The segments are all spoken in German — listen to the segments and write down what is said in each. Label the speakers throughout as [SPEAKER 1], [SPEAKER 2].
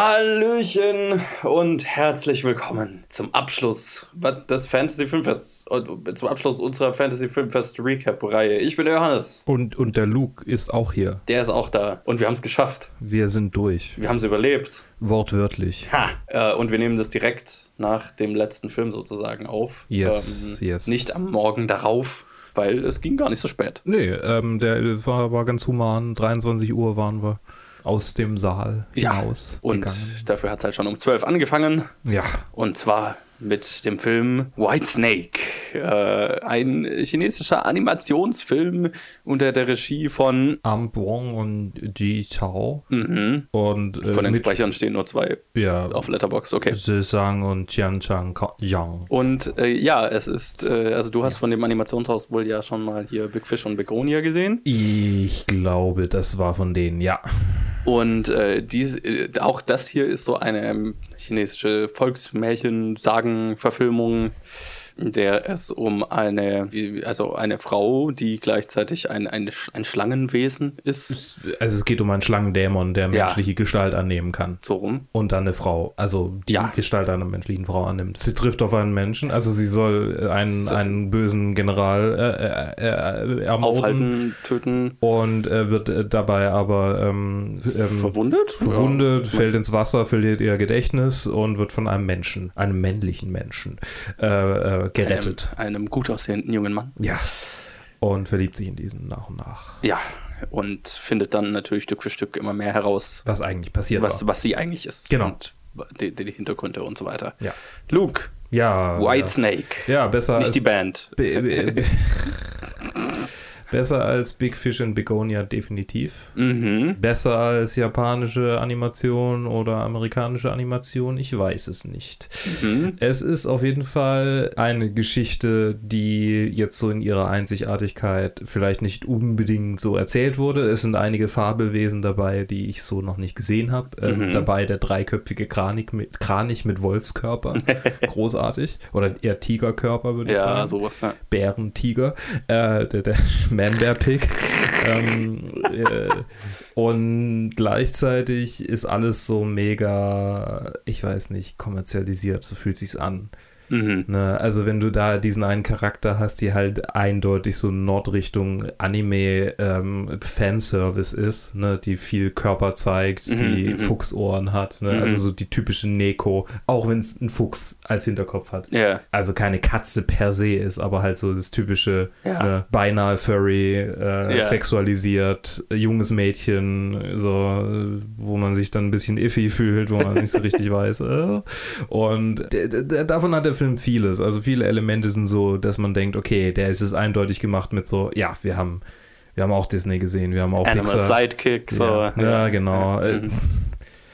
[SPEAKER 1] Hallöchen und herzlich willkommen zum Abschluss des Fantasy Filmfests, zum Abschluss unserer Fantasy Filmfest Recap Reihe. Ich bin der Johannes.
[SPEAKER 2] Und, und der Luke ist auch hier.
[SPEAKER 1] Der ist auch da. Und wir haben es geschafft.
[SPEAKER 2] Wir sind durch.
[SPEAKER 1] Wir haben es überlebt.
[SPEAKER 2] Wortwörtlich.
[SPEAKER 1] Ha. Äh, und wir nehmen das direkt nach dem letzten Film sozusagen auf. Ähm,
[SPEAKER 2] Yes, yes.
[SPEAKER 1] Nicht am Morgen darauf, weil es ging gar nicht so spät.
[SPEAKER 2] Nee, ähm, der war, war ganz human. 23 Uhr waren wir aus dem Saal
[SPEAKER 1] Ja,
[SPEAKER 2] hinaus
[SPEAKER 1] Und
[SPEAKER 2] gegangen.
[SPEAKER 1] dafür hat es halt schon um 12 angefangen.
[SPEAKER 2] Ja,
[SPEAKER 1] Und zwar mit dem Film White Snake. Äh, ein chinesischer Animationsfilm unter der Regie von.
[SPEAKER 2] Am Wong und Ji Chao.
[SPEAKER 1] Mhm.
[SPEAKER 2] Und äh,
[SPEAKER 1] Von den
[SPEAKER 2] mit-
[SPEAKER 1] Sprechern stehen nur zwei
[SPEAKER 2] ja,
[SPEAKER 1] auf Letterboxd, okay.
[SPEAKER 2] Zhang und Jian Chang Ka- Yang.
[SPEAKER 1] Und äh, ja, es ist, äh, also du hast von dem Animationshaus wohl ja schon mal hier Big Fish und Begonia gesehen.
[SPEAKER 2] Ich glaube, das war von denen, ja.
[SPEAKER 1] Und äh, dies, äh, auch das hier ist so eine ähm, chinesische Volksmärchen-Sagen-Verfilmung, in der es um eine, wie- also eine Frau, die gleichzeitig ein, ein, Sch- ein Schlangenwesen ist,
[SPEAKER 2] Also es geht um einen Schlangendämon, der
[SPEAKER 1] Ja.
[SPEAKER 2] menschliche Gestalt annehmen kann.
[SPEAKER 1] so rum.
[SPEAKER 2] Und dann eine Frau, also die
[SPEAKER 1] Ja.
[SPEAKER 2] Gestalt einer menschlichen Frau annimmt. Sie trifft auf einen Menschen, also sie soll einen,
[SPEAKER 1] So.
[SPEAKER 2] einen bösen General äh, äh, äh, ermorden
[SPEAKER 1] Aufhalten, töten,
[SPEAKER 2] und äh, wird äh, dabei aber ähm, ähm,
[SPEAKER 1] verwundet?
[SPEAKER 2] verwundet, fällt ins Wasser, verliert ihr Gedächtnis und wird von einem Menschen, einem männlichen Menschen, äh,
[SPEAKER 1] Ja.
[SPEAKER 2] äh,
[SPEAKER 1] Einem,
[SPEAKER 2] gerettet.
[SPEAKER 1] einem gut aussehenden jungen Mann.
[SPEAKER 2] Ja. Und verliebt sich in diesen nach und nach.
[SPEAKER 1] Ja, und findet dann natürlich Stück für Stück immer mehr heraus,
[SPEAKER 2] Was eigentlich passiert
[SPEAKER 1] was,
[SPEAKER 2] war.
[SPEAKER 1] was sie eigentlich ist.
[SPEAKER 2] Genau.
[SPEAKER 1] Und die, die Hintergründe und so weiter.
[SPEAKER 2] Ja.
[SPEAKER 1] Luke,
[SPEAKER 2] Ja.
[SPEAKER 1] White Snake.
[SPEAKER 2] Ja, besser
[SPEAKER 1] Nicht
[SPEAKER 2] als
[SPEAKER 1] die Band.
[SPEAKER 2] Be- be- be- Besser als Big Fish in Begonia, definitiv.
[SPEAKER 1] Mhm.
[SPEAKER 2] Besser als japanische Animation oder amerikanische Animation, ich weiß es nicht.
[SPEAKER 1] Mhm.
[SPEAKER 2] Es ist auf jeden Fall eine Geschichte, die jetzt so in ihrer Einzigartigkeit vielleicht nicht unbedingt so erzählt wurde. Es sind einige Fabelwesen dabei, die ich so noch nicht gesehen habe. Ähm,
[SPEAKER 1] Mhm.
[SPEAKER 2] Dabei der dreiköpfige Kranich mit, Kranich mit Wolfskörper. Großartig. Oder eher Tigerkörper, würde ich sagen.
[SPEAKER 1] Ja, sowas. Ja.
[SPEAKER 2] Bärentiger, äh, der, der Man-Bear-Pig. ähm, äh, und gleichzeitig ist alles so mega, ich weiß nicht, kommerzialisiert, so fühlt sich's an.
[SPEAKER 1] Mhm.
[SPEAKER 2] Ne? Also wenn du da diesen einen Charakter hast, die halt eindeutig so Nordrichtung Anime ähm, Fanservice ist, ne? die viel Körper zeigt,
[SPEAKER 1] Mhm,
[SPEAKER 2] die
[SPEAKER 1] mhm.
[SPEAKER 2] Fuchsohren hat, ne?
[SPEAKER 1] Mhm.
[SPEAKER 2] also so die typische Neko, auch wenn es einen Fuchs als Hinterkopf hat
[SPEAKER 1] Ja.
[SPEAKER 2] also keine Katze per se ist, aber halt so das typische
[SPEAKER 1] Ja.
[SPEAKER 2] ne, beinahe furry, äh,
[SPEAKER 1] Ja.
[SPEAKER 2] sexualisiert, äh, junges Mädchen, so, äh, wo man sich dann ein bisschen iffy fühlt, wo man nicht so richtig weiß. Äh. Und d- d- d- davon hat der Film vieles. Also viele Elemente sind so, dass man denkt, okay, der ist es eindeutig gemacht mit so, ja, wir haben, wir haben auch Disney gesehen, wir haben auch
[SPEAKER 1] Animal
[SPEAKER 2] Pixar.
[SPEAKER 1] Sidekick. So.
[SPEAKER 2] Ja, ja, genau.
[SPEAKER 1] Ja.
[SPEAKER 2] Äh,
[SPEAKER 1] Mhm.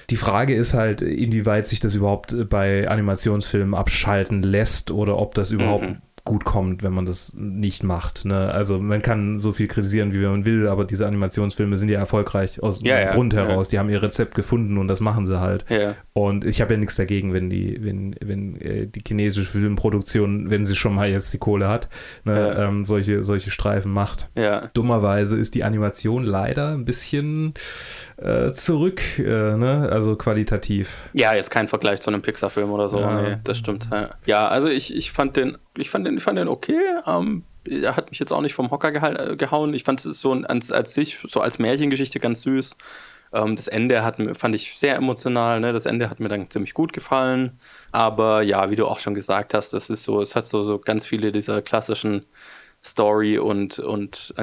[SPEAKER 2] Die Frage ist halt, inwieweit sich das überhaupt äh, bei Animationsfilmen abschalten lässt oder ob das überhaupt
[SPEAKER 1] Mhm.
[SPEAKER 2] gut kommt, wenn man das nicht macht. Ne? Also man kann so viel kritisieren, wie man will, aber diese Animationsfilme sind ja erfolgreich aus
[SPEAKER 1] Ja,
[SPEAKER 2] dem
[SPEAKER 1] ja,
[SPEAKER 2] Grund
[SPEAKER 1] ja.
[SPEAKER 2] heraus. Die haben ihr Rezept gefunden und das machen sie halt.
[SPEAKER 1] Ja.
[SPEAKER 2] Und ich habe ja nichts dagegen, wenn die, wenn, wenn äh, die chinesische Filmproduktion, wenn sie schon mal jetzt die Kohle hat, ne,
[SPEAKER 1] Ja.
[SPEAKER 2] ähm, solche, solche Streifen macht.
[SPEAKER 1] Ja.
[SPEAKER 2] Dummerweise ist die Animation leider ein bisschen äh, zurück, äh, ne? also qualitativ.
[SPEAKER 1] Ja, jetzt kein Vergleich zu einem Pixar-Film oder so.
[SPEAKER 2] Ja.
[SPEAKER 1] Nee, das stimmt. Ja, ja also ich, ich fand den, ich fand den, ich fand den okay. Ähm, er hat mich jetzt auch nicht vom Hocker gehal- äh, gehauen. Ich fand es so ein- als, als sich, so als Märchengeschichte ganz süß. Ähm, das Ende hat, mir- fand ich sehr emotional. Ne? Das Ende hat mir dann ziemlich gut gefallen. Aber ja, wie du auch schon gesagt hast, das ist so, es hat so, so ganz viele dieser klassischen Story- und, und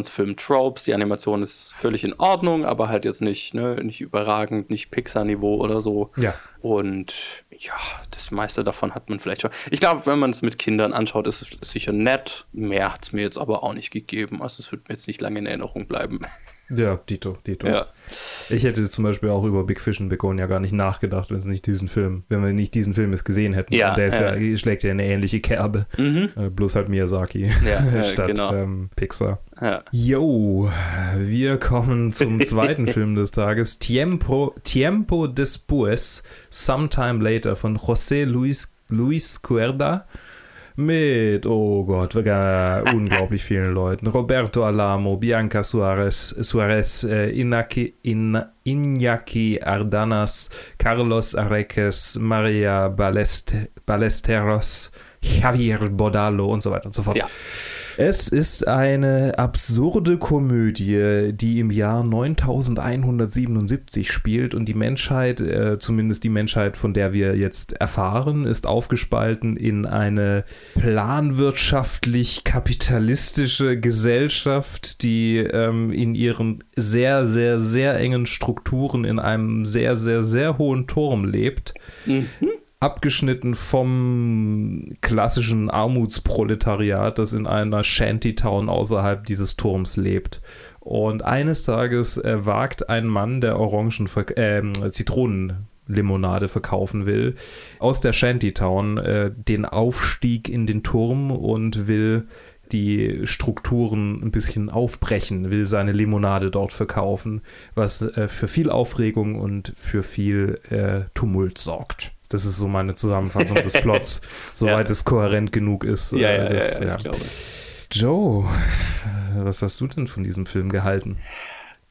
[SPEAKER 1] Animationsfilm-Tropes. Die Animation ist völlig in Ordnung, aber halt jetzt nicht, ne, nicht überragend, nicht Pixar-Niveau oder so.
[SPEAKER 2] Ja.
[SPEAKER 1] Und ja, das meiste davon hat man vielleicht schon. Ich glaube, wenn man es mit Kindern anschaut, ist es sicher nett. Mehr hat es mir jetzt aber auch nicht gegeben. Also es wird mir jetzt nicht lange in Erinnerung bleiben.
[SPEAKER 2] Ja, Dito, Dito.
[SPEAKER 1] Ja.
[SPEAKER 2] Ich hätte zum Beispiel auch über Big Fish und Begonia gar nicht nachgedacht, wenn es nicht diesen Film, wenn wir nicht diesen Film jetzt gesehen hätten.
[SPEAKER 1] Ja,
[SPEAKER 2] Und der ist ja,
[SPEAKER 1] ja.
[SPEAKER 2] schlägt ja eine ähnliche Kerbe.
[SPEAKER 1] Mhm.
[SPEAKER 2] Äh, bloß halt Miyazaki
[SPEAKER 1] Ja, äh,
[SPEAKER 2] statt
[SPEAKER 1] genau.
[SPEAKER 2] ähm, Pixar.
[SPEAKER 1] Ja.
[SPEAKER 2] Yo, wir kommen zum zweiten Film des Tages. Tiempo, Tiempo después, Sometime Later von José Luis, Luis Cuerda. mit, oh Gott, gar unglaublich vielen Leuten. Roberto Alamo, Bianca Suarez, Suarez äh, Inaki, In, Iñaki Ardanas, Carlos Areques, Maria Baleste, Balesteros, Javier Bordalo und so weiter und so fort.
[SPEAKER 1] Ja.
[SPEAKER 2] Es ist eine absurde Komödie, die im Jahr 9177 spielt und die Menschheit, äh, zumindest die Menschheit, von der wir jetzt erfahren, ist aufgespalten in eine planwirtschaftlich-kapitalistische Gesellschaft, die ähm, in ihren sehr, sehr, sehr engen Strukturen in einem sehr, sehr, sehr hohen Turm lebt abgeschnitten vom klassischen Armutsproletariat, das in einer Shantytown außerhalb dieses Turms lebt. Und eines Tages äh, wagt ein Mann, der Orangen ähm, Zitronenlimonade verkaufen will, aus der Shantytown äh, den Aufstieg in den Turm und will die Strukturen ein bisschen aufbrechen, will seine Limonade dort verkaufen, was äh, für viel Aufregung und für viel äh, Tumult sorgt. Das ist so meine Zusammenfassung des Plots, soweit es kohärent genug ist.
[SPEAKER 1] Ja,
[SPEAKER 2] äh,
[SPEAKER 1] ja, ja,
[SPEAKER 2] das-
[SPEAKER 1] ja,
[SPEAKER 2] ja.
[SPEAKER 1] ich glaube.
[SPEAKER 2] Joe, was hast du denn von diesem Film gehalten?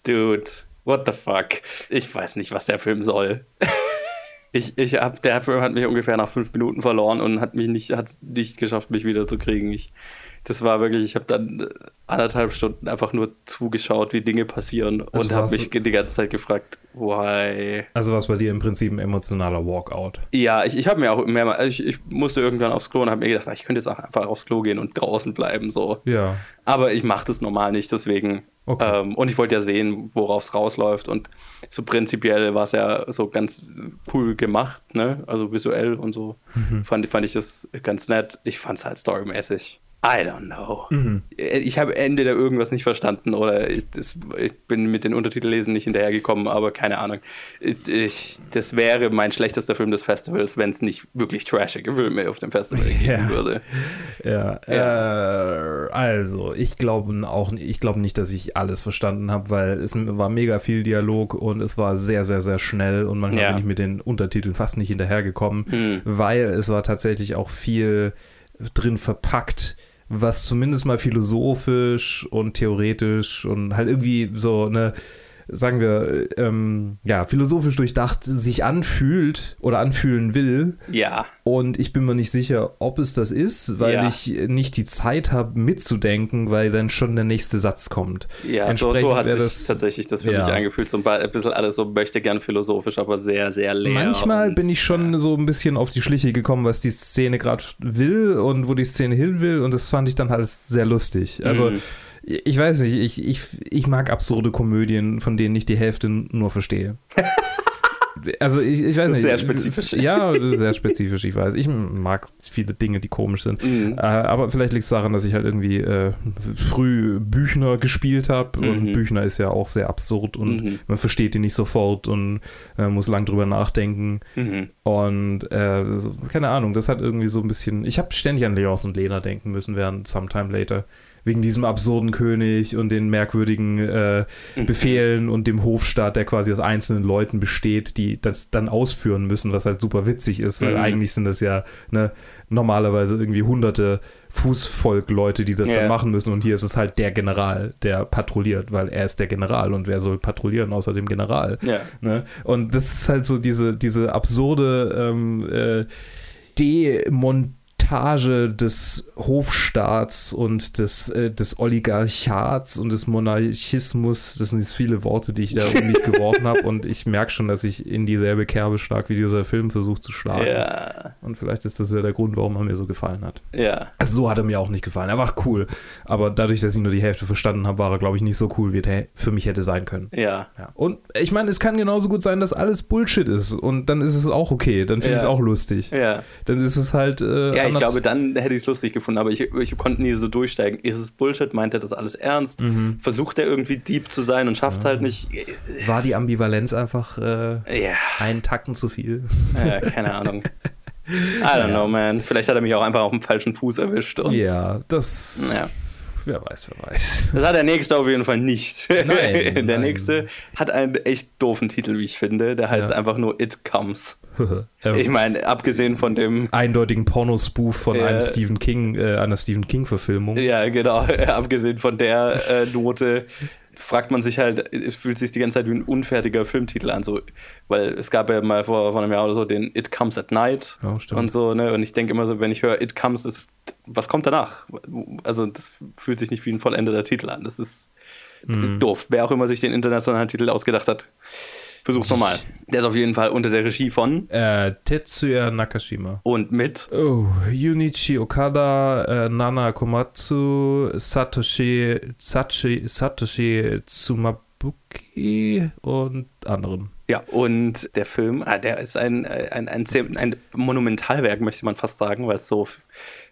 [SPEAKER 1] Dude, what the fuck? Ich weiß nicht, was der Film soll. Ich, ich hab, der Film hat mich ungefähr nach fünf Minuten verloren und hat mich nicht, hat nicht geschafft, mich wieder zu kriegen. Ich, das war wirklich, ich habe dann äh, anderthalb Stunden einfach nur zugeschaut, wie Dinge passieren und habe
[SPEAKER 2] war's-
[SPEAKER 1] mich ge- die ganze Zeit gefragt, why?
[SPEAKER 2] Also was bei dir im Prinzip ein emotionaler Walkout.
[SPEAKER 1] Ja, ich, ich habe mir auch mehrmals, also ich, ich musste irgendwann aufs Klo und habe mir gedacht, ach, ich könnte jetzt auch einfach aufs Klo gehen und draußen bleiben, so.
[SPEAKER 2] Ja.
[SPEAKER 1] Aber ich mache das normal nicht, deswegen.
[SPEAKER 2] Okay.
[SPEAKER 1] Ähm, und ich wollte ja sehen, worauf es rausläuft. Und so prinzipiell war es ja so ganz cool gemacht, ne? Also visuell und so.
[SPEAKER 2] Mhm.
[SPEAKER 1] Fand, fand ich das ganz nett. Ich fand es halt storymäßig. I don't know.
[SPEAKER 2] Mhm.
[SPEAKER 1] Äh, Ich habe entweder irgendwas nicht verstanden oder ich, das, ich bin mit den Untertitellesen nicht hinterhergekommen, aber keine Ahnung. Ich, ich, das wäre mein schlechtester Film des Festivals, wenn es nicht wirklich trashige Filme auf dem Festival geben
[SPEAKER 2] Ja.
[SPEAKER 1] würde.
[SPEAKER 2] Ja, Äh, also ich glaube auch, ich glaube nicht, dass ich alles verstanden habe, weil es war mega viel Dialog und es war sehr, sehr, sehr schnell und manchmal
[SPEAKER 1] Ja.
[SPEAKER 2] bin ich mit den Untertiteln fast nicht hinterhergekommen, weil es war tatsächlich auch viel drin verpackt, was zumindest mal philosophisch und theoretisch und halt irgendwie so eine sagen wir, äh, ähm, ja, philosophisch durchdacht sich anfühlt oder anfühlen will,
[SPEAKER 1] Ja.
[SPEAKER 2] und ich bin mir nicht sicher, ob es das ist, weil
[SPEAKER 1] Ja.
[SPEAKER 2] ich nicht die Zeit habe, mitzudenken, weil dann schon der nächste Satz kommt.
[SPEAKER 1] Ja, so, so
[SPEAKER 2] Entsprechend
[SPEAKER 1] hat sich
[SPEAKER 2] wäre
[SPEAKER 1] tatsächlich das für
[SPEAKER 2] Ja.
[SPEAKER 1] mich angefühlt. So ein ba- ein bisschen alles so möchte gern philosophisch, aber sehr, sehr leer.
[SPEAKER 2] Manchmal
[SPEAKER 1] und-
[SPEAKER 2] bin ich schon so ein bisschen auf die Schliche gekommen, was die Szene gerade will und wo die Szene hin will. Und das fand ich dann halt sehr lustig. Also,
[SPEAKER 1] Mhm.
[SPEAKER 2] ich ich weiß nicht, ich, ich, ich mag absurde Komödien, von denen ich die Hälfte nur verstehe. Also ich, ich weiß nicht.
[SPEAKER 1] Sehr spezifisch.
[SPEAKER 2] Ja, sehr spezifisch, ich weiß. Ich mag viele Dinge, die komisch sind.
[SPEAKER 1] Mhm.
[SPEAKER 2] Äh, aber vielleicht liegt es daran, dass ich halt irgendwie äh, früh Büchner gespielt habe
[SPEAKER 1] Mhm.
[SPEAKER 2] und Büchner ist ja auch sehr absurd und
[SPEAKER 1] Mhm.
[SPEAKER 2] man versteht ihn nicht sofort und äh, muss lang drüber nachdenken.
[SPEAKER 1] Mhm.
[SPEAKER 2] Und äh, so, keine Ahnung, das hat irgendwie so ein bisschen. Ich habe ständig an Leos und Lena denken müssen während Sometime Later. Wegen diesem absurden König und den merkwürdigen äh,
[SPEAKER 1] Mhm.
[SPEAKER 2] Befehlen und dem Hofstaat, der quasi aus einzelnen Leuten besteht, die das dann ausführen müssen, was halt super witzig ist, weil
[SPEAKER 1] Mhm.
[SPEAKER 2] eigentlich sind das ja ne, normalerweise irgendwie hunderte Fußvolk-Leute, die das
[SPEAKER 1] Ja.
[SPEAKER 2] dann machen müssen. Und hier ist es halt der General, der patrouilliert, weil er ist der General und wer soll patrouillieren außer dem General?
[SPEAKER 1] Ja.
[SPEAKER 2] Ne? Und das ist halt so diese, diese absurde ähm, äh, Demontage des Hofstaats und des, äh, des Oligarchats und des Monarchismus. Das sind jetzt viele Worte, die ich da um mich geworfen habe. Und ich merke schon, dass ich in dieselbe Kerbe schlag, wie dieser Film versucht zu schlagen.
[SPEAKER 1] Ja.
[SPEAKER 2] Und vielleicht ist das ja der Grund, warum er mir so gefallen hat.
[SPEAKER 1] Ja.
[SPEAKER 2] Also so hat er mir auch nicht gefallen. Er war cool. Aber dadurch, dass ich nur die Hälfte verstanden habe, war er, glaube ich, nicht so cool, wie er für mich hätte sein können.
[SPEAKER 1] Ja.
[SPEAKER 2] Ja. Und ich meine, es kann genauso gut sein, dass alles Bullshit ist. Und dann ist es auch okay. Dann finde
[SPEAKER 1] Ja.
[SPEAKER 2] ich es auch lustig.
[SPEAKER 1] Ja.
[SPEAKER 2] Dann ist es halt. Äh,
[SPEAKER 1] Ja, ich
[SPEAKER 2] anders-
[SPEAKER 1] glaube, dann hätte ich es lustig gefunden, aber ich, ich konnte nie so durchsteigen. Ist es Bullshit? Meint er das alles ernst?
[SPEAKER 2] Mhm.
[SPEAKER 1] Versucht er irgendwie deep zu sein und schafft es halt nicht? Ist-
[SPEAKER 2] War die Ambivalenz einfach äh,
[SPEAKER 1] Ja,
[SPEAKER 2] einen Tacken zu viel?
[SPEAKER 1] ja keine Ahnung. I don't know, man. Vielleicht hat er mich auch einfach auf dem falschen Fuß erwischt. Und
[SPEAKER 2] Ja, das
[SPEAKER 1] Ja.
[SPEAKER 2] wer weiß, wer weiß.
[SPEAKER 1] Das hat der nächste auf jeden Fall nicht.
[SPEAKER 2] Nein,
[SPEAKER 1] der
[SPEAKER 2] nein.
[SPEAKER 1] nächste hat einen echt doofen Titel, wie ich finde. Der heißt
[SPEAKER 2] Ja.
[SPEAKER 1] einfach nur It Comes.
[SPEAKER 2] Ähm,
[SPEAKER 1] Ich meine, abgesehen von dem.
[SPEAKER 2] eindeutigen Pornospoof von
[SPEAKER 1] Ja.
[SPEAKER 2] einem Stephen King, äh, einer Stephen King-Verfilmung.
[SPEAKER 1] Ja, genau. abgesehen von der äh, Note fragt man sich halt, es fühlt sich die ganze Zeit wie ein unfertiger Filmtitel an. So, weil es gab ja mal vor, vor einem Jahr oder so den It Comes at Night.
[SPEAKER 2] Ja, stimmt.
[SPEAKER 1] Und so, ne? Und ich denke immer so, wenn ich höre It Comes, das ist, was kommt danach? Also, das fühlt sich nicht wie ein vollendeter Titel an. Das ist doof. Wer auch immer sich den internationalen Titel ausgedacht hat, versuch's nochmal. Der ist auf jeden Fall unter der Regie von
[SPEAKER 2] Äh, Tetsuya Nakashima.
[SPEAKER 1] und mit.
[SPEAKER 2] Oh, Yunichi Okada, äh, Nana Komatsu, Satoshi, Sachi, Satoshi Tsumabuki und anderen.
[SPEAKER 1] Ja, und der Film, ah, der ist ein, ein, ein, ein, ein Monumentalwerk, möchte man fast sagen, weil es so f-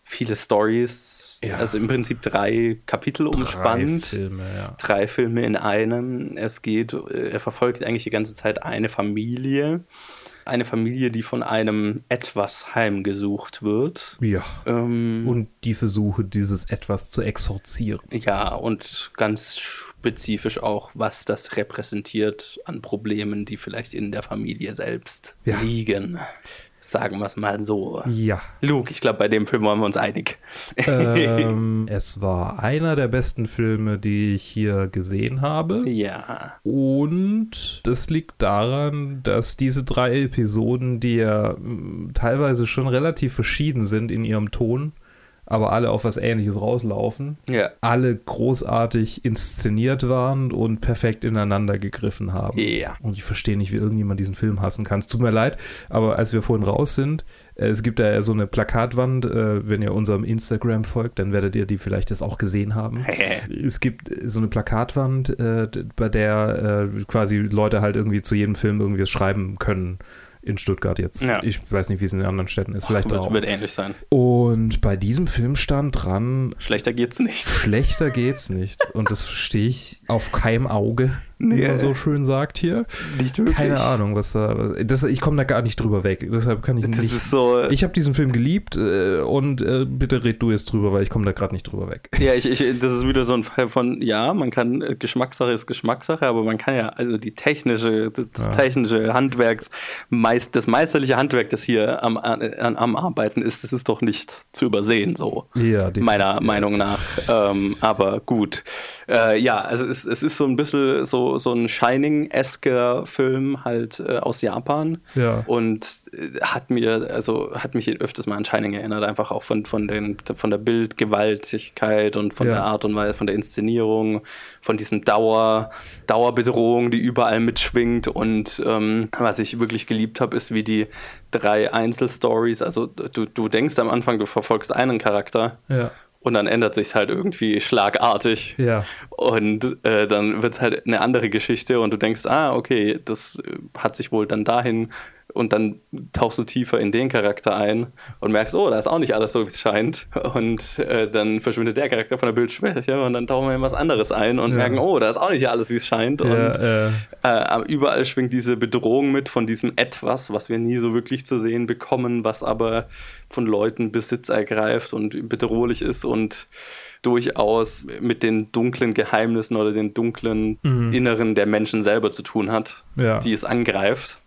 [SPEAKER 1] viele Stories,
[SPEAKER 2] Ja.
[SPEAKER 1] also im Prinzip drei Kapitel umspannt.
[SPEAKER 2] Drei Filme, ja.
[SPEAKER 1] drei Filme in einem. Es geht, äh, er verfolgt eigentlich die ganze Zeit eine Familie. Eine Familie, die von einem etwas heimgesucht wird.
[SPEAKER 2] Ja.
[SPEAKER 1] Ähm,
[SPEAKER 2] Und die Versuche, dieses etwas zu exorzieren.
[SPEAKER 1] ja, und ganz spezifisch auch, was das repräsentiert an Problemen, die vielleicht in der Familie selbst
[SPEAKER 2] Ja.
[SPEAKER 1] liegen. Sagen wir es mal so.
[SPEAKER 2] Ja.
[SPEAKER 1] Luke, ich glaube, bei dem Film waren wir uns einig.
[SPEAKER 2] ähm, es war einer der besten Filme, die ich hier gesehen habe.
[SPEAKER 1] ja.
[SPEAKER 2] Und das liegt daran, dass diese drei Episoden, die ja mh, teilweise schon relativ verschieden sind in ihrem Ton, aber alle auf was Ähnliches rauslaufen,
[SPEAKER 1] Ja.
[SPEAKER 2] alle großartig inszeniert waren und perfekt ineinander gegriffen haben.
[SPEAKER 1] Ja.
[SPEAKER 2] Und ich verstehe nicht, wie irgendjemand diesen Film hassen kann. Es tut mir leid, aber als wir vorhin raus sind, äh, es gibt da ja so eine Plakatwand. Äh, wenn ihr unserem Instagram folgt, dann werdet ihr die vielleicht das auch gesehen haben. Es gibt äh, so eine Plakatwand, äh, d- bei der äh, quasi Leute halt irgendwie zu jedem Film irgendwie was schreiben können. In Stuttgart jetzt.
[SPEAKER 1] Ja.
[SPEAKER 2] Ich weiß nicht, wie es in den anderen Städten ist. Vielleicht
[SPEAKER 1] wird,
[SPEAKER 2] auch.
[SPEAKER 1] wird ähnlich sein.
[SPEAKER 2] Und bei diesem Film stand dran,
[SPEAKER 1] Schlechter geht's nicht.
[SPEAKER 2] schlechter geht's nicht. Und das verstehe ich auf keinem Auge, wie
[SPEAKER 1] Nee.
[SPEAKER 2] man so schön sagt hier.
[SPEAKER 1] Nicht wirklich.
[SPEAKER 2] Keine Ahnung, was da. Was, das, ich komme da gar nicht drüber weg. Deshalb kann ich
[SPEAKER 1] Das
[SPEAKER 2] nicht.
[SPEAKER 1] ist so. äh,
[SPEAKER 2] Ich habe diesen Film geliebt äh, und äh, bitte red du jetzt drüber, weil ich komme da gerade nicht drüber weg.
[SPEAKER 1] Ja, ich, ich, das ist wieder so ein Fall von, ja, man kann, äh, Geschmackssache ist Geschmackssache, aber man kann ja, also die technische, das das
[SPEAKER 2] Ja.
[SPEAKER 1] technische Handwerks, meist, das meisterliche Handwerk, das hier am, an, am Arbeiten ist, das ist doch nicht zu übersehen, so.
[SPEAKER 2] Ja, die-
[SPEAKER 1] meiner Meinung nach. Ähm, aber gut. Äh, ja, also es, es ist so ein bisschen so, so ein Shining-esker Film halt äh, aus Japan.
[SPEAKER 2] Ja.
[SPEAKER 1] Und äh, hat mir, also hat mich öfters mal an Shining erinnert, einfach auch von, von, den, von der Bildgewaltigkeit und von
[SPEAKER 2] Ja.
[SPEAKER 1] der Art und Weise, von der Inszenierung, von diesem Dauer, Dauerbedrohung, die überall mitschwingt. Und ähm, was ich wirklich geliebt habe, ist wie die drei Einzelstories, also du, du denkst am Anfang, du verfolgst einen Charakter
[SPEAKER 2] Ja.
[SPEAKER 1] und dann ändert sich halt irgendwie schlagartig.
[SPEAKER 2] Ja.
[SPEAKER 1] Und äh, dann wird es halt eine andere Geschichte und du denkst, ah, okay, das äh, hat sich wohl dann dahin und dann tauchst du tiefer in den Charakter ein und merkst, oh, da ist auch nicht alles so, wie es scheint. Und äh, dann verschwindet der Charakter von der Bildschwäche und dann tauchen wir in was anderes ein und
[SPEAKER 2] Ja.
[SPEAKER 1] merken, oh, da ist auch nicht alles, wie es scheint.
[SPEAKER 2] ja,
[SPEAKER 1] und
[SPEAKER 2] äh,
[SPEAKER 1] äh, aber überall schwingt diese Bedrohung mit von diesem Etwas, was wir nie so wirklich zu sehen bekommen, was aber von Leuten Besitz ergreift und bedrohlich ist und durchaus mit den dunklen Geheimnissen oder den dunklen
[SPEAKER 2] Mhm.
[SPEAKER 1] Inneren der Menschen selber zu tun hat,
[SPEAKER 2] Ja.
[SPEAKER 1] die es angreift.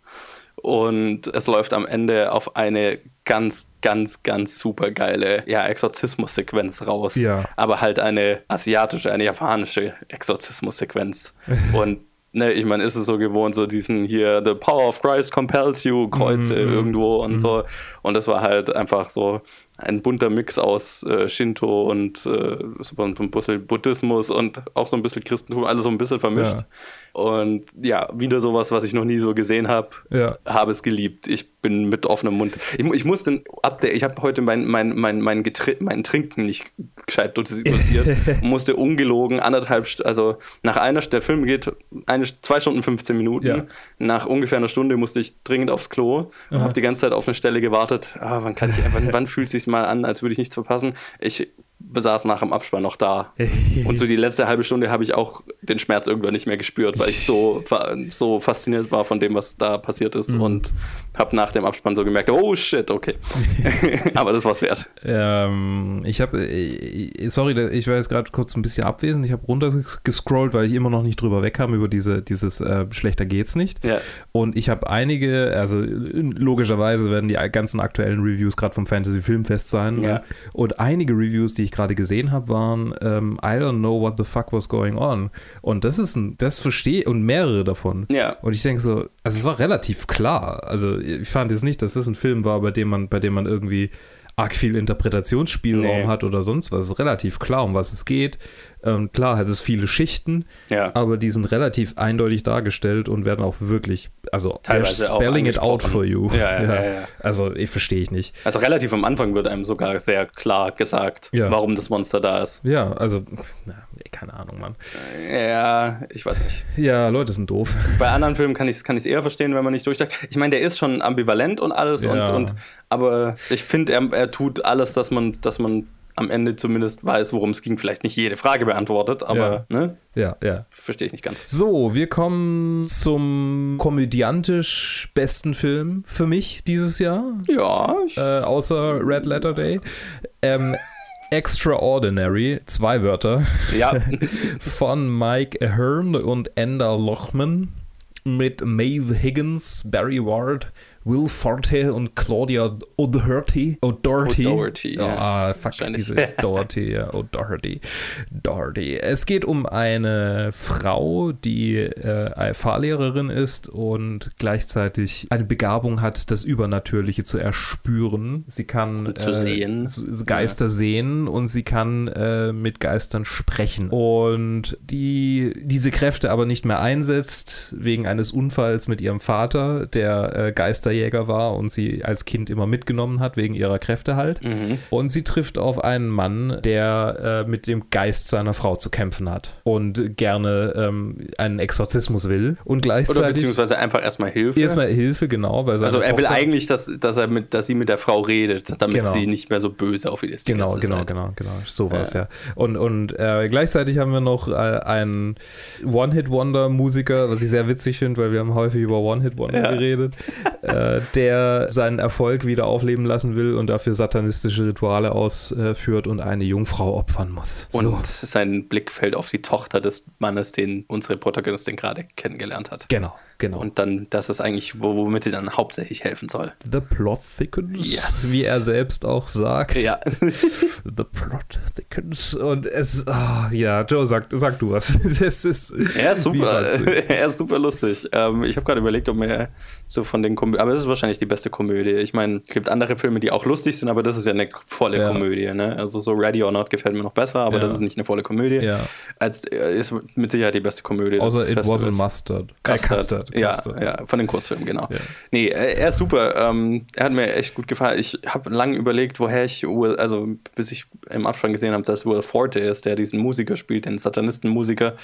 [SPEAKER 1] Und es läuft am Ende auf eine ganz, ganz, ganz super geile ja, Exorzismus-Sequenz raus.
[SPEAKER 2] Ja.
[SPEAKER 1] Aber halt eine asiatische, eine japanische Exorzismus-Sequenz. Und ne, ich meine, ist es so gewohnt, so diesen hier, The Power of Christ compels you, Kreuze
[SPEAKER 2] Mhm,
[SPEAKER 1] irgendwo und so. Und das war halt einfach so ein bunter Mix aus äh, Shinto und äh, so ein bisschen Buddhismus und auch so ein bisschen Christentum, alles so ein bisschen vermischt.
[SPEAKER 2] Ja.
[SPEAKER 1] Und ja, wieder sowas, was ich noch nie so gesehen habe.
[SPEAKER 2] Ja.
[SPEAKER 1] Habe es geliebt. Ich bin mit offenem Mund. Ich, mu- ich muss den Update, ich habe heute mein, mein, mein, mein, Getri mein Trinken nicht gescheit dosi- dosiert. musste ungelogen anderthalb, St- also nach einer, St- der Film geht eine, zwei Stunden 15 Minuten.
[SPEAKER 2] Ja.
[SPEAKER 1] Nach ungefähr einer Stunde musste ich dringend aufs Klo und habe die ganze Zeit auf eine Stelle gewartet. Ah, wann kann ich einfach, wann fühlt es sich mal an, als würde ich nichts verpassen? Ich saß nach dem Abspann noch da. Und so die letzte halbe Stunde habe ich auch den Schmerz irgendwann nicht mehr gespürt, weil ich so, so fasziniert war von dem, was da passiert ist. Mhm. Und habe nach dem Abspann so gemerkt, oh shit, okay. Aber das war's wert.
[SPEAKER 2] Ähm, ich habe, sorry, ich war jetzt gerade kurz ein bisschen abwesend. Ich habe runtergescrollt, weil ich immer noch nicht drüber wegkam über diese, dieses äh, schlechter geht's nicht.
[SPEAKER 1] Ja.
[SPEAKER 2] Und ich habe einige, also logischerweise werden die ganzen aktuellen Reviews gerade vom Fantasy Filmfest sein.
[SPEAKER 1] Ja.
[SPEAKER 2] Ne? Und einige Reviews, die ich gerade gesehen habe, waren ähm, I don't know what the fuck was going on. Und das ist ein, das verstehe und mehrere davon.
[SPEAKER 1] Ja.
[SPEAKER 2] Und ich denke so, also es war relativ klar. Also ich fand jetzt nicht, dass das ein Film war, bei dem man, bei dem man irgendwie arg viel Interpretationsspielraum
[SPEAKER 1] Nee.
[SPEAKER 2] hat oder sonst was. Es ist relativ klar, um was es geht. Ähm, klar hat es viele Schichten,
[SPEAKER 1] Ja.
[SPEAKER 2] aber die sind relativ eindeutig dargestellt und werden auch wirklich, also they're
[SPEAKER 1] Teilweise auch
[SPEAKER 2] spelling it out
[SPEAKER 1] angesprochen.
[SPEAKER 2] for you.
[SPEAKER 1] Ja, ja, ja, ja.
[SPEAKER 2] Also ich verstehe ich nicht.
[SPEAKER 1] Also relativ am Anfang wird einem sogar sehr klar gesagt,
[SPEAKER 2] Ja.
[SPEAKER 1] warum das Monster da ist.
[SPEAKER 2] Ja, also na, keine Ahnung, Mann.
[SPEAKER 1] Ja, ich weiß nicht.
[SPEAKER 2] Ja, Leute sind doof.
[SPEAKER 1] Bei anderen Filmen kann ich es kann ich's eher verstehen, wenn man nicht durchsteigt. Ich meine, der ist schon ambivalent und alles,
[SPEAKER 2] Ja.
[SPEAKER 1] und, und, aber ich finde, er, er tut alles, dass man, dass man am Ende zumindest weiß, worum es ging. Vielleicht nicht jede Frage beantwortet, aber ne,
[SPEAKER 2] Ja, ja.
[SPEAKER 1] verstehe ich nicht ganz.
[SPEAKER 2] So, wir kommen zum komödiantisch besten Film für mich dieses Jahr,
[SPEAKER 1] Ja, ich,
[SPEAKER 2] äh, außer Red Letter Day. Ähm, Extraordinary, zwei Wörter,
[SPEAKER 1] Äh, ja.
[SPEAKER 2] von Mike Ahern und Enda Lochman mit Maeve Higgins, Barry Ward, Will Forte und Claudia O'Doherty. O'Doherty.
[SPEAKER 1] O'Doherty,
[SPEAKER 2] Oh,
[SPEAKER 1] ja.
[SPEAKER 2] ah, fuck,
[SPEAKER 1] Wahrscheinlich.
[SPEAKER 2] diese Doherty, ja, O'Doherty. Doherty. Es geht um eine Frau, die äh, Fahrlehrerin ist und gleichzeitig eine Begabung hat, das Übernatürliche zu erspüren. Sie kann äh,
[SPEAKER 1] Und zu sehen.
[SPEAKER 2] so- Geister sehen und sie kann äh, mit Geistern sprechen. Und die diese Kräfte aber nicht mehr einsetzt, wegen eines Unfalls mit ihrem Vater, der äh, Geisterjäger war und sie als Kind immer mitgenommen hat, wegen ihrer Kräfte halt.
[SPEAKER 1] Mhm.
[SPEAKER 2] Und sie trifft auf einen Mann, der äh, mit dem Geist seiner Frau zu kämpfen hat und gerne ähm, einen Exorzismus will und
[SPEAKER 1] Oder
[SPEAKER 2] gleichzeitig
[SPEAKER 1] beziehungsweise einfach erstmal Hilfe.
[SPEAKER 2] halt erstmal Hilfe, genau. Weil seine
[SPEAKER 1] also er will
[SPEAKER 2] Tochter-
[SPEAKER 1] eigentlich, dass, dass, er mit, dass sie mit der Frau redet, damit
[SPEAKER 2] Genau.
[SPEAKER 1] sie nicht mehr so böse auf ihn ist. die
[SPEAKER 2] Genau,
[SPEAKER 1] ganze
[SPEAKER 2] genau,
[SPEAKER 1] Zeit.
[SPEAKER 2] genau, genau. So war es,
[SPEAKER 1] Ja.
[SPEAKER 2] ja. Und, und äh, gleichzeitig haben wir noch äh, einen One-Hit-Wonder-Musiker, was ich sehr witzig finde, weil wir haben häufig über One-Hit-Wonder
[SPEAKER 1] Ja.
[SPEAKER 2] geredet, äh, der seinen Erfolg wieder aufleben lassen will und dafür satanistische Rituale ausführt und eine Jungfrau opfern muss.
[SPEAKER 1] Und sein Blick fällt auf die Tochter des Mannes, den unsere Protagonistin gerade kennengelernt hat.
[SPEAKER 2] Genau, genau.
[SPEAKER 1] Und dann, das ist eigentlich, wo- womit sie dann hauptsächlich helfen soll.
[SPEAKER 2] The Plot Thickens,
[SPEAKER 1] Yes.
[SPEAKER 2] wie er selbst auch sagt.
[SPEAKER 1] Ja,
[SPEAKER 2] The Plot Thickens. Und es, ah, ja, Joe, sag, sag du was. es ist,
[SPEAKER 1] er ist
[SPEAKER 2] Wie
[SPEAKER 1] super.
[SPEAKER 2] fandst du ihn?
[SPEAKER 1] er ist super lustig. Ähm, ich habe gerade überlegt, ob mir so von den Komödien, aber es ist wahrscheinlich die beste Komödie. Ich meine, es gibt andere Filme, die auch lustig sind, aber das ist ja eine volle
[SPEAKER 2] Ja.
[SPEAKER 1] Komödie. Ne? Also so Ready or Not gefällt mir noch besser, aber
[SPEAKER 2] Ja.
[SPEAKER 1] das ist nicht eine volle Komödie.
[SPEAKER 2] Ja.
[SPEAKER 1] Als, äh, ist mit Sicherheit die beste Komödie. des
[SPEAKER 2] Außer It Was a
[SPEAKER 1] Festivals.
[SPEAKER 2] Mustard. Äh,
[SPEAKER 1] Custard.
[SPEAKER 2] Custard,
[SPEAKER 1] Ja,
[SPEAKER 2] Custard.
[SPEAKER 1] ja, von den Kurzfilmen, genau.
[SPEAKER 2] Ja.
[SPEAKER 1] Nee, er, er ist super. Ähm, er hat mir echt gut gefallen. Ich habe lange überlegt, woher ich Will, also bis ich im Abspann gesehen habe, dass Will Forte ist, der diesen Musiker spielt, den Satanistenmusiker.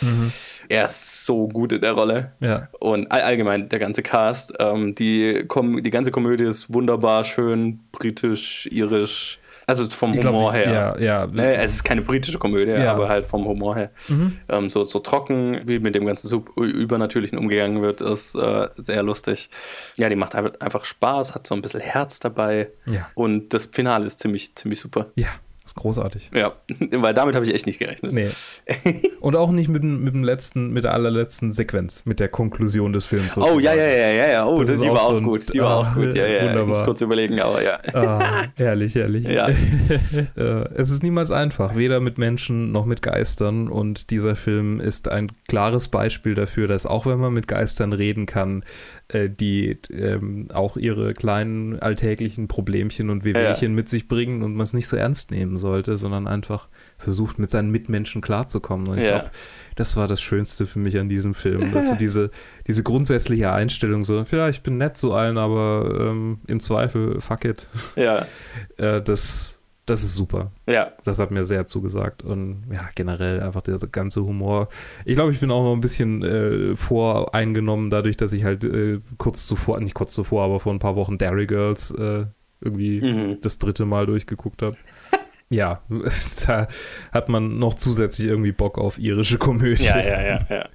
[SPEAKER 1] Er ist so gut in der Rolle.
[SPEAKER 2] Mhm. Ja.
[SPEAKER 1] Und all, allgemein der ganze Cast. Ähm, die, Kom die ganze Komödie ist wunderbar schön, britisch, irisch. Also vom
[SPEAKER 2] glaub,
[SPEAKER 1] Humor
[SPEAKER 2] ich-
[SPEAKER 1] her.
[SPEAKER 2] ja, ja.
[SPEAKER 1] Ne, es ist keine britische Komödie,
[SPEAKER 2] Ja. Mhm.
[SPEAKER 1] aber halt vom Humor her. Ähm, so, so trocken, wie mit dem ganzen Sub Übernatürlichen umgegangen wird, ist äh, sehr lustig. Ja, die macht einfach- einfach Spaß, hat so ein bisschen Herz dabei.
[SPEAKER 2] Ja.
[SPEAKER 1] Und das Finale ist ziemlich, ziemlich super.
[SPEAKER 2] Ja, ist großartig.
[SPEAKER 1] Ja, weil damit habe ich echt nicht gerechnet.
[SPEAKER 2] Nee. Und auch nicht mit dem, mit dem letzten, mit der allerletzten Sequenz, mit der Konklusion des Films.
[SPEAKER 1] Oh,
[SPEAKER 2] sozusagen.
[SPEAKER 1] ja, ja, ja, ja, ja. Oh,
[SPEAKER 2] Das
[SPEAKER 1] das
[SPEAKER 2] ist
[SPEAKER 1] die
[SPEAKER 2] auch
[SPEAKER 1] war auch
[SPEAKER 2] so ein-
[SPEAKER 1] gut. Die war
[SPEAKER 2] ah,
[SPEAKER 1] auch gut, ja, ja. Ich muss
[SPEAKER 2] wunderbar.
[SPEAKER 1] kurz überlegen, aber ja.
[SPEAKER 2] Ah, herrlich, herrlich.
[SPEAKER 1] Ja.
[SPEAKER 2] Äh, es ist niemals einfach, weder mit Menschen noch mit Geistern. Und dieser Film ist ein klares Beispiel dafür, dass auch wenn man mit Geistern reden kann, äh, die ähm, auch ihre kleinen alltäglichen Problemchen und Wehwehchen mit sich bringen und man es nicht so ernst nehmen sollte, sondern einfach versucht, mit seinen Mitmenschen klarzukommen. Und ich
[SPEAKER 1] Ja.
[SPEAKER 2] glaube, das war das Schönste für mich an diesem Film, dass du diese, diese grundsätzliche Einstellung so, ja, ich bin nett zu allen, aber ähm, im Zweifel, fuck it.
[SPEAKER 1] Ja,
[SPEAKER 2] Äh, das, das ist super.
[SPEAKER 1] ja.
[SPEAKER 2] Das hat mir sehr zugesagt. Und ja, generell einfach der ganze Humor. Ich glaube, ich bin auch noch ein bisschen äh, voreingenommen, dadurch, dass ich halt äh, kurz zuvor, nicht kurz zuvor, aber vor ein paar Wochen Dairy Girls äh, irgendwie
[SPEAKER 1] Mhm.
[SPEAKER 2] das dritte Mal durchgeguckt habe. ja, da hat man noch zusätzlich irgendwie Bock auf irische Komödie.
[SPEAKER 1] Ja, ja, ja, ja.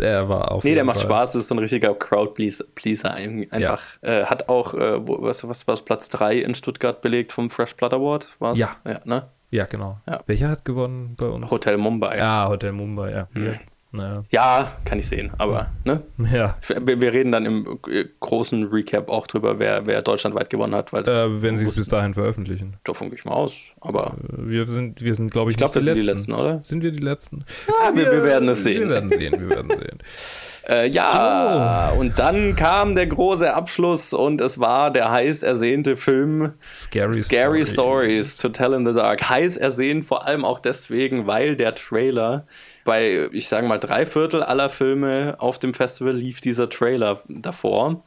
[SPEAKER 2] Der war auf
[SPEAKER 1] Nee, der
[SPEAKER 2] jeden
[SPEAKER 1] macht
[SPEAKER 2] Fall-
[SPEAKER 1] Spaß, ist so ein richtiger Crowd-Pleaser. ein- Einfach. Äh, hat auch, äh, wo- was, was war es, Platz 3 in Stuttgart belegt vom Fresh Blood Award? War's?
[SPEAKER 2] Ja.
[SPEAKER 1] ja ne?
[SPEAKER 2] Ja, genau.
[SPEAKER 1] Ja.
[SPEAKER 2] Welcher hat gewonnen bei uns?
[SPEAKER 1] Hotel Mhm. Mumbai. Ja.
[SPEAKER 2] Ja, Hotel Mumbai, ja. Ja. Naja.
[SPEAKER 1] kann ich sehen, aber ne?
[SPEAKER 2] ja.
[SPEAKER 1] wir, wir reden dann im äh, großen Recap auch drüber, wer, wer deutschlandweit gewonnen hat, weil das-
[SPEAKER 2] Äh, wenn sie es bis dahin veröffentlichen.
[SPEAKER 1] davon gehe ich mal aus. Aber
[SPEAKER 2] Äh, Wir sind, wir sind glaube ich,
[SPEAKER 1] ich glaube, das
[SPEAKER 2] nicht
[SPEAKER 1] sind die letzten, oder?
[SPEAKER 2] Sind wir die Letzten?
[SPEAKER 1] Ja, wir, wir werden es
[SPEAKER 2] Wir
[SPEAKER 1] sehen.
[SPEAKER 2] werden sehen, wir werden sehen.
[SPEAKER 1] Äh, ja, und dann kam der große Abschluss und es war der heiß ersehnte Film
[SPEAKER 2] Scary,
[SPEAKER 1] Scary Stories to Tell in the Dark. Heiß ersehnt vor allem auch deswegen, weil der Trailer bei, ich sage mal, drei Viertel aller Filme auf dem Festival lief dieser Trailer davor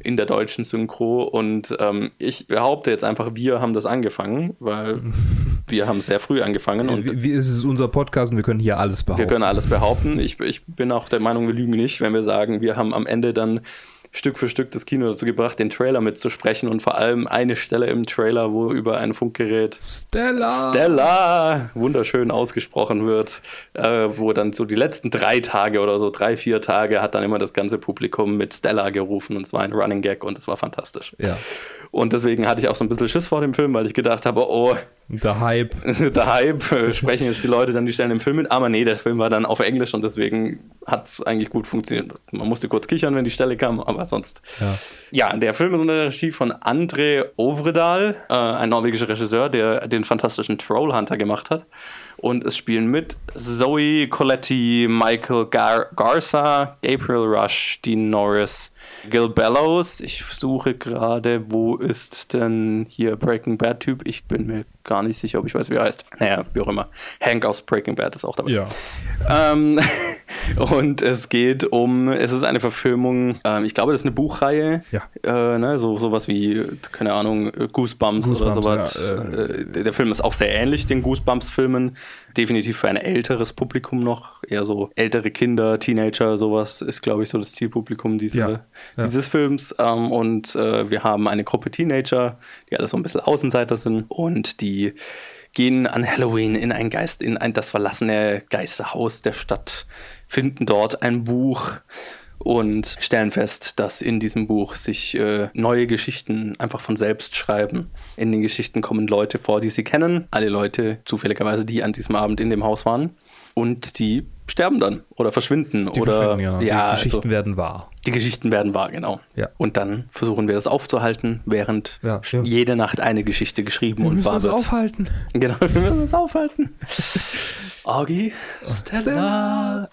[SPEAKER 1] in der deutschen Synchro. Und ähm, ich behaupte jetzt einfach, wir haben das angefangen, weil wir haben sehr früh angefangen und
[SPEAKER 2] Wie, wie ist es unser Podcast und wir können hier alles behaupten?
[SPEAKER 1] wir können alles behaupten. Ich, ich bin auch der Meinung, wir lügen nicht, wenn wir sagen, wir haben am Ende dann Stück für Stück das Kino dazu gebracht, den Trailer mitzusprechen und vor allem eine Stelle im Trailer, wo über ein Funkgerät
[SPEAKER 2] Stella!
[SPEAKER 1] Stella wunderschön ausgesprochen wird, äh, wo dann so die letzten drei Tage oder so, drei, vier Tage hat dann immer das ganze Publikum mit Stella gerufen und es war ein Running Gag und es war fantastisch.
[SPEAKER 2] Ja,
[SPEAKER 1] Und deswegen hatte ich auch so ein bisschen Schiss vor dem Film, weil ich gedacht habe, oh,
[SPEAKER 2] der Hype.
[SPEAKER 1] der Hype, äh, sprechen jetzt die Leute dann die Stellen im Film mit, aber nee, der Film war dann auf Englisch und deswegen hat es eigentlich gut funktioniert. Man musste kurz kichern, wenn die Stelle kam, aber sonst.
[SPEAKER 2] Ja.
[SPEAKER 1] Ja, der Film ist unter der Regie von André Ovredal, äh, ein norwegischer Regisseur, der den fantastischen Trollhunter gemacht hat. Und es spielen mit Zoe Coletti, Michael Gar Garza, Gabriel Rush, Dean Norris, Gil Bellows. Ich suche gerade, wo ist denn hier Breaking Bad-Typ? Ich bin mir gar nicht sicher, ob ich weiß, wie er heißt. Naja, wie auch immer. Hank aus Breaking Bad ist auch dabei.
[SPEAKER 2] Ja.
[SPEAKER 1] Ähm, und es geht um, es ist eine Verfilmung, ähm, ich glaube, das ist eine Buchreihe.
[SPEAKER 2] Ja.
[SPEAKER 1] Äh, ne, so sowas wie, keine Ahnung, äh, Goosebumps, oder
[SPEAKER 2] Goosebumps,
[SPEAKER 1] sowas.
[SPEAKER 2] ja, äh,
[SPEAKER 1] Äh, der der Film ist auch sehr ähnlich den Goosebumps-Filmen. Definitiv für ein älteres Publikum noch. Eher so ältere Kinder, Teenager, sowas ist, glaube ich, so das Zielpublikum dieser,
[SPEAKER 2] Ja, ja.
[SPEAKER 1] dieses Films. Ähm, und äh, wir haben eine Gruppe Teenager, die alle so ein bisschen Außenseiter sind und die gehen an Halloween in ein Geist, in ein das verlassene Geisterhaus der Stadt, finden dort ein Buch und stellen fest, dass in diesem Buch sich äh, neue Geschichten einfach von selbst schreiben. In den Geschichten kommen Leute vor, die sie kennen, alle Leute zufälligerweise, die an diesem Abend in dem Haus waren und die sterben dann oder verschwinden
[SPEAKER 2] Die
[SPEAKER 1] oder
[SPEAKER 2] verschwinden, genau.
[SPEAKER 1] ja,
[SPEAKER 2] die Geschichten
[SPEAKER 1] also,
[SPEAKER 2] werden wahr.
[SPEAKER 1] die Geschichten werden wahr, genau.
[SPEAKER 2] Ja.
[SPEAKER 1] Und dann versuchen wir das aufzuhalten, während
[SPEAKER 2] Ja, stimmt.
[SPEAKER 1] jede Nacht eine Geschichte geschrieben und wahr wird.
[SPEAKER 2] aufhalten.
[SPEAKER 1] Genau, wir müssen uns aufhalten. Augie, Stella,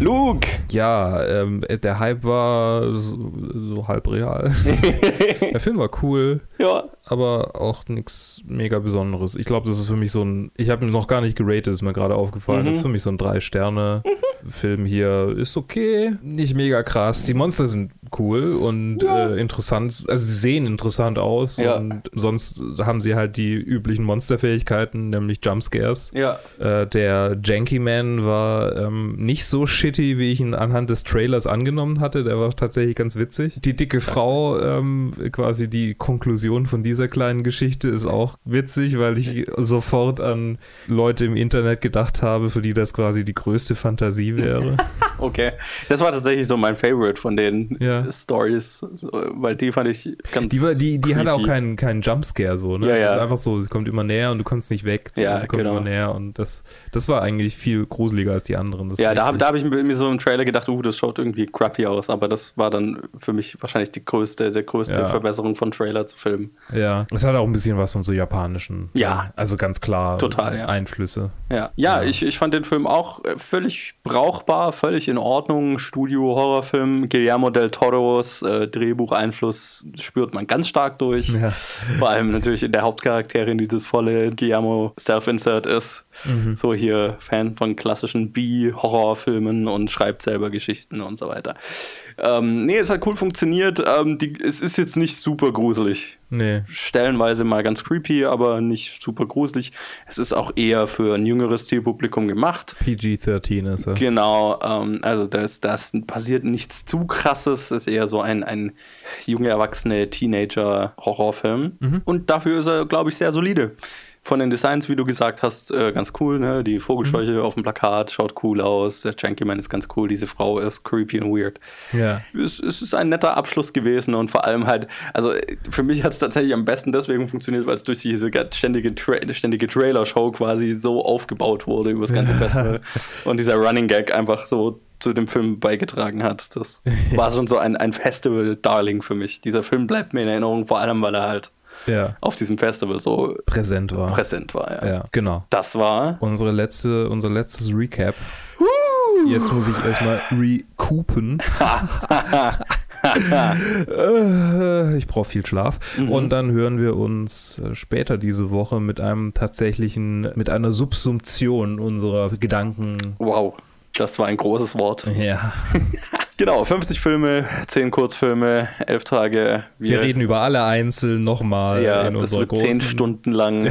[SPEAKER 1] Luke.
[SPEAKER 2] Ja, ähm, der Hype war so, so halb real. der Film war cool,
[SPEAKER 1] Ja,
[SPEAKER 2] aber auch nichts mega Besonderes. Ich glaube, das ist für mich so ein. Ich habe ihn noch gar nicht geratet, ist mir gerade aufgefallen. Das ist für mich so ein Drei-Sterne-Film hier. Ist okay, nicht mega krass. Die Monster sind cool und äh, interessant. Also, sie sehen interessant aus.
[SPEAKER 1] Ja.
[SPEAKER 2] Und sonst haben sie halt die üblichen Monsterfähigkeiten, nämlich Jumpscares.
[SPEAKER 1] ja.
[SPEAKER 2] Äh, der Janky Man war ähm, nicht so shitty, wie ich ihn anhand des Trailers angenommen hatte. Der war tatsächlich ganz witzig. Die dicke Frau, ähm, quasi die Konklusion von dieser kleinen Geschichte, ist auch witzig, weil ich sofort an Leute im Internet gedacht habe, für die das quasi die größte Fantasie wäre.
[SPEAKER 1] Okay. Das war tatsächlich so mein Favorite von den
[SPEAKER 2] Ja.
[SPEAKER 1] Stories, weil die fand ich ganz.
[SPEAKER 2] Die, war, die, die hat auch
[SPEAKER 1] creepy.
[SPEAKER 2] keinen, keinen Jumpscare so, ne?
[SPEAKER 1] Ja,
[SPEAKER 2] Das
[SPEAKER 1] ja.
[SPEAKER 2] ist einfach so, sie kommt immer näher und du kommst nicht weg.
[SPEAKER 1] Ja,
[SPEAKER 2] und sie kommt
[SPEAKER 1] genau.
[SPEAKER 2] immer näher und das, das war eigentlich viel gruseliger als die anderen. Das
[SPEAKER 1] Ja, da,
[SPEAKER 2] fand
[SPEAKER 1] hab- da habe ich mir so im Trailer gedacht, uh, das schaut irgendwie crappy aus, aber das war dann für mich wahrscheinlich die größte, der größte
[SPEAKER 2] Ja.
[SPEAKER 1] Verbesserung von Trailer zu Film.
[SPEAKER 2] Ja, es hat auch ein bisschen was von so japanischen.
[SPEAKER 1] Ja.
[SPEAKER 2] Also ganz klar.
[SPEAKER 1] Total, ja.
[SPEAKER 2] Einflüsse.
[SPEAKER 1] Ja, ja,
[SPEAKER 2] Ja.
[SPEAKER 1] Ich, ich fand den Film auch äh, völlig brauchbar, völlig in Ordnung. Studio-Horrorfilm, Guillermo del Toros äh, Drehbucheinfluss spürt man ganz stark durch.
[SPEAKER 2] Ja.
[SPEAKER 1] Vor allem natürlich in der Hauptcharakterin, die das volle Guillermo Self-Insert ist.
[SPEAKER 2] Mhm.
[SPEAKER 1] So hier Fan von klassischen B-Horrorfilmen und schreibt selber Geschichten und so weiter. Ähm, nee, es hat cool funktioniert. Ähm, die, es ist jetzt nicht super gruselig
[SPEAKER 2] Nee.
[SPEAKER 1] stellenweise mal ganz creepy, aber nicht super gruselig. Es ist auch eher für ein jüngeres Zielpublikum gemacht.
[SPEAKER 2] PG-13 ist er.
[SPEAKER 1] Genau, ähm, also das, das passiert nichts zu krasses, ist eher so ein, ein junge Erwachsene Teenager-Horrorfilm. Und dafür ist er, glaube ich, sehr solide. von den Designs, wie du gesagt hast, äh, ganz cool. Ne? Die Vogelscheuche auf dem Plakat schaut cool aus. Der Gentleman ist ganz cool. Diese Frau ist creepy und weird.
[SPEAKER 2] Ja.
[SPEAKER 1] Es, es ist ein netter Abschluss gewesen und vor allem halt, also äh, für mich hat es tatsächlich am besten deswegen funktioniert, weil es durch diese ga- ständige, Tra ständige Trailer-Show quasi so aufgebaut wurde über das ganze Festival. Und dieser Running Gag einfach so zu dem Film beigetragen hat. Das war schon so ein, ein Festival-Darling für mich. Dieser Film bleibt mir in Erinnerung, vor allem, weil er halt
[SPEAKER 2] ja.
[SPEAKER 1] auf diesem Festival so
[SPEAKER 2] Präsent war.
[SPEAKER 1] präsent war. Ja.
[SPEAKER 2] ja, genau.
[SPEAKER 1] Das war.
[SPEAKER 2] Unsere letzte, unser letztes Recap. Jetzt muss ich erstmal recoupen. Äh, ich brauche viel Schlaf. Und dann hören wir uns äh, später diese Woche mit einem tatsächlichen, mit einer Subsumption unserer Gedanken.
[SPEAKER 1] Wow, das war ein großes Wort.
[SPEAKER 2] Ja.
[SPEAKER 1] Genau, 50 Filme, 10 Kurzfilme, 11 Tage.
[SPEAKER 2] Wir reden über alle einzeln nochmal
[SPEAKER 1] ja,
[SPEAKER 2] in
[SPEAKER 1] das
[SPEAKER 2] unserer
[SPEAKER 1] wird 10
[SPEAKER 2] großen
[SPEAKER 1] Stunden lang.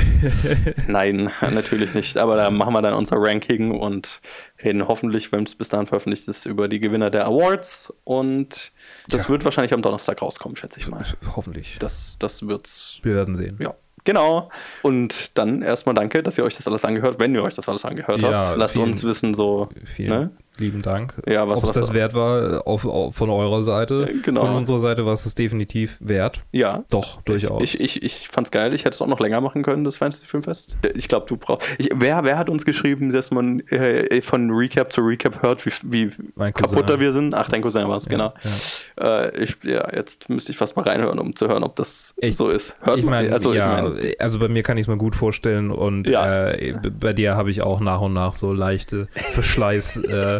[SPEAKER 1] Nein, natürlich nicht. Aber da machen wir dann unser Ranking und reden hoffentlich, wenn es bis dahin veröffentlicht ist, über die Gewinner der Awards. Und das wird wahrscheinlich am Donnerstag rauskommen, schätze ich mal.
[SPEAKER 2] Hoffentlich.
[SPEAKER 1] Das, das wird's
[SPEAKER 2] Wir werden sehen.
[SPEAKER 1] Ja, genau. Und dann erstmal danke, dass ihr euch das alles angehört. Wenn ihr euch das alles angehört
[SPEAKER 2] Ja,
[SPEAKER 1] habt, lasst
[SPEAKER 2] vielen-
[SPEAKER 1] uns wissen, so.
[SPEAKER 2] Vielen
[SPEAKER 1] Ne?
[SPEAKER 2] lieben Dank.
[SPEAKER 1] Ja, was-
[SPEAKER 2] Ob es
[SPEAKER 1] was-
[SPEAKER 2] das wert war, äh, auf, auf, von eurer Seite.
[SPEAKER 1] Äh, genau.
[SPEAKER 2] Von unserer Seite war es das definitiv wert.
[SPEAKER 1] Ja.
[SPEAKER 2] Doch, durchaus.
[SPEAKER 1] Ich, ich, ich fand's geil. Ich hätte es auch noch länger machen können, das Fantasy Filmfest. Ich glaube, du brauchst. Ich, wer, wer hat uns geschrieben, dass man äh, von Recap zu Recap hört, wie, wie
[SPEAKER 2] Mein Cousin.
[SPEAKER 1] kaputter wir sind? Ach, dein Cousin war es, genau. Äh, ich, ja, jetzt müsste ich fast mal reinhören, um zu hören, ob das
[SPEAKER 2] Ich-
[SPEAKER 1] so ist. Hört
[SPEAKER 2] ich
[SPEAKER 1] man-
[SPEAKER 2] meine,
[SPEAKER 1] also,
[SPEAKER 2] ja,
[SPEAKER 1] ich meine,
[SPEAKER 2] also bei mir kann ich es mir gut vorstellen und
[SPEAKER 1] Ja.
[SPEAKER 2] äh, b- bei dir habe ich auch nach und nach so leichte Verschleißzeichen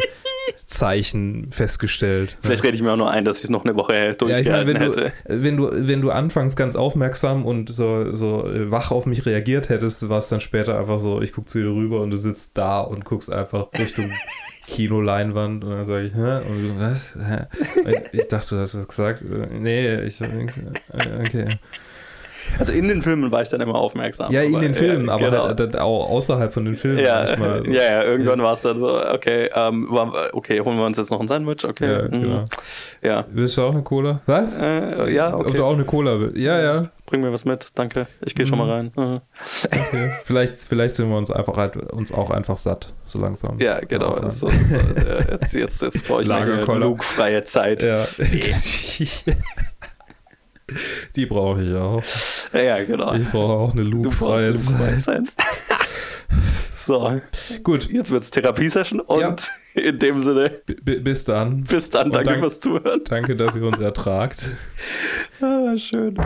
[SPEAKER 2] äh, Zeichen festgestellt.
[SPEAKER 1] vielleicht rede ich mir auch nur ein, dass ich es noch eine Woche
[SPEAKER 2] Ja, ich meine,
[SPEAKER 1] durchgehalten
[SPEAKER 2] wenn du,
[SPEAKER 1] hätte.
[SPEAKER 2] wenn, du, wenn du anfangs ganz aufmerksam und so, so äh, wach auf mich reagiert hättest, war es dann später einfach so, ich gucke zu dir rüber und du sitzt da und guckst einfach Richtung Kinoleinwand und dann sage ich, hä? Und du, was? Hä? Ich dachte, du hast das gesagt. Äh, Nee, ich hab nichts. Äh, Okay.
[SPEAKER 1] Also in den Filmen war ich dann immer aufmerksam.
[SPEAKER 2] Ja, in
[SPEAKER 1] aber-
[SPEAKER 2] den Filmen, aber
[SPEAKER 1] genau.
[SPEAKER 2] halt, dann auch außerhalb von den Filmen
[SPEAKER 1] Ja,
[SPEAKER 2] manchmal.
[SPEAKER 1] ja, ja,
[SPEAKER 2] Äh,
[SPEAKER 1] irgendwann war es dann so, okay, ähm, war- okay, holen wir uns jetzt noch ein Sandwich, okay.
[SPEAKER 2] Ja,
[SPEAKER 1] mhm.
[SPEAKER 2] genau.
[SPEAKER 1] ja.
[SPEAKER 2] Willst du auch eine Cola? Was?
[SPEAKER 1] Äh, ja,
[SPEAKER 2] Ob du
[SPEAKER 1] okay.
[SPEAKER 2] auch eine Cola willst? Ja, ja.
[SPEAKER 1] Bring mir was mit, danke. Ich gehe schon mal rein. Mhm.
[SPEAKER 2] Okay. vielleicht, vielleicht sind wir uns einfach halt, uns auch einfach satt, so langsam.
[SPEAKER 1] Ja, genau.
[SPEAKER 2] Ja.
[SPEAKER 1] So, so, äh, jetzt jetzt, jetzt brauche ich meine
[SPEAKER 2] Lagerkoller.
[SPEAKER 1] genugfreie Zeit. Ja,
[SPEAKER 2] Ja. Die brauche ich auch.
[SPEAKER 1] genau.
[SPEAKER 2] Ich brauche auch eine
[SPEAKER 1] Du brauchst
[SPEAKER 2] Loop-freie Zeit.
[SPEAKER 1] Zeit. so,
[SPEAKER 2] Gut,
[SPEAKER 1] jetzt wird's Therapiesession und in dem Sinne,
[SPEAKER 2] b- b- bis dann.
[SPEAKER 1] bis dann,
[SPEAKER 2] Und
[SPEAKER 1] danke
[SPEAKER 2] dank-
[SPEAKER 1] fürs Zuhören.
[SPEAKER 2] Danke, dass ihr uns ertragt.
[SPEAKER 1] Ah, schön.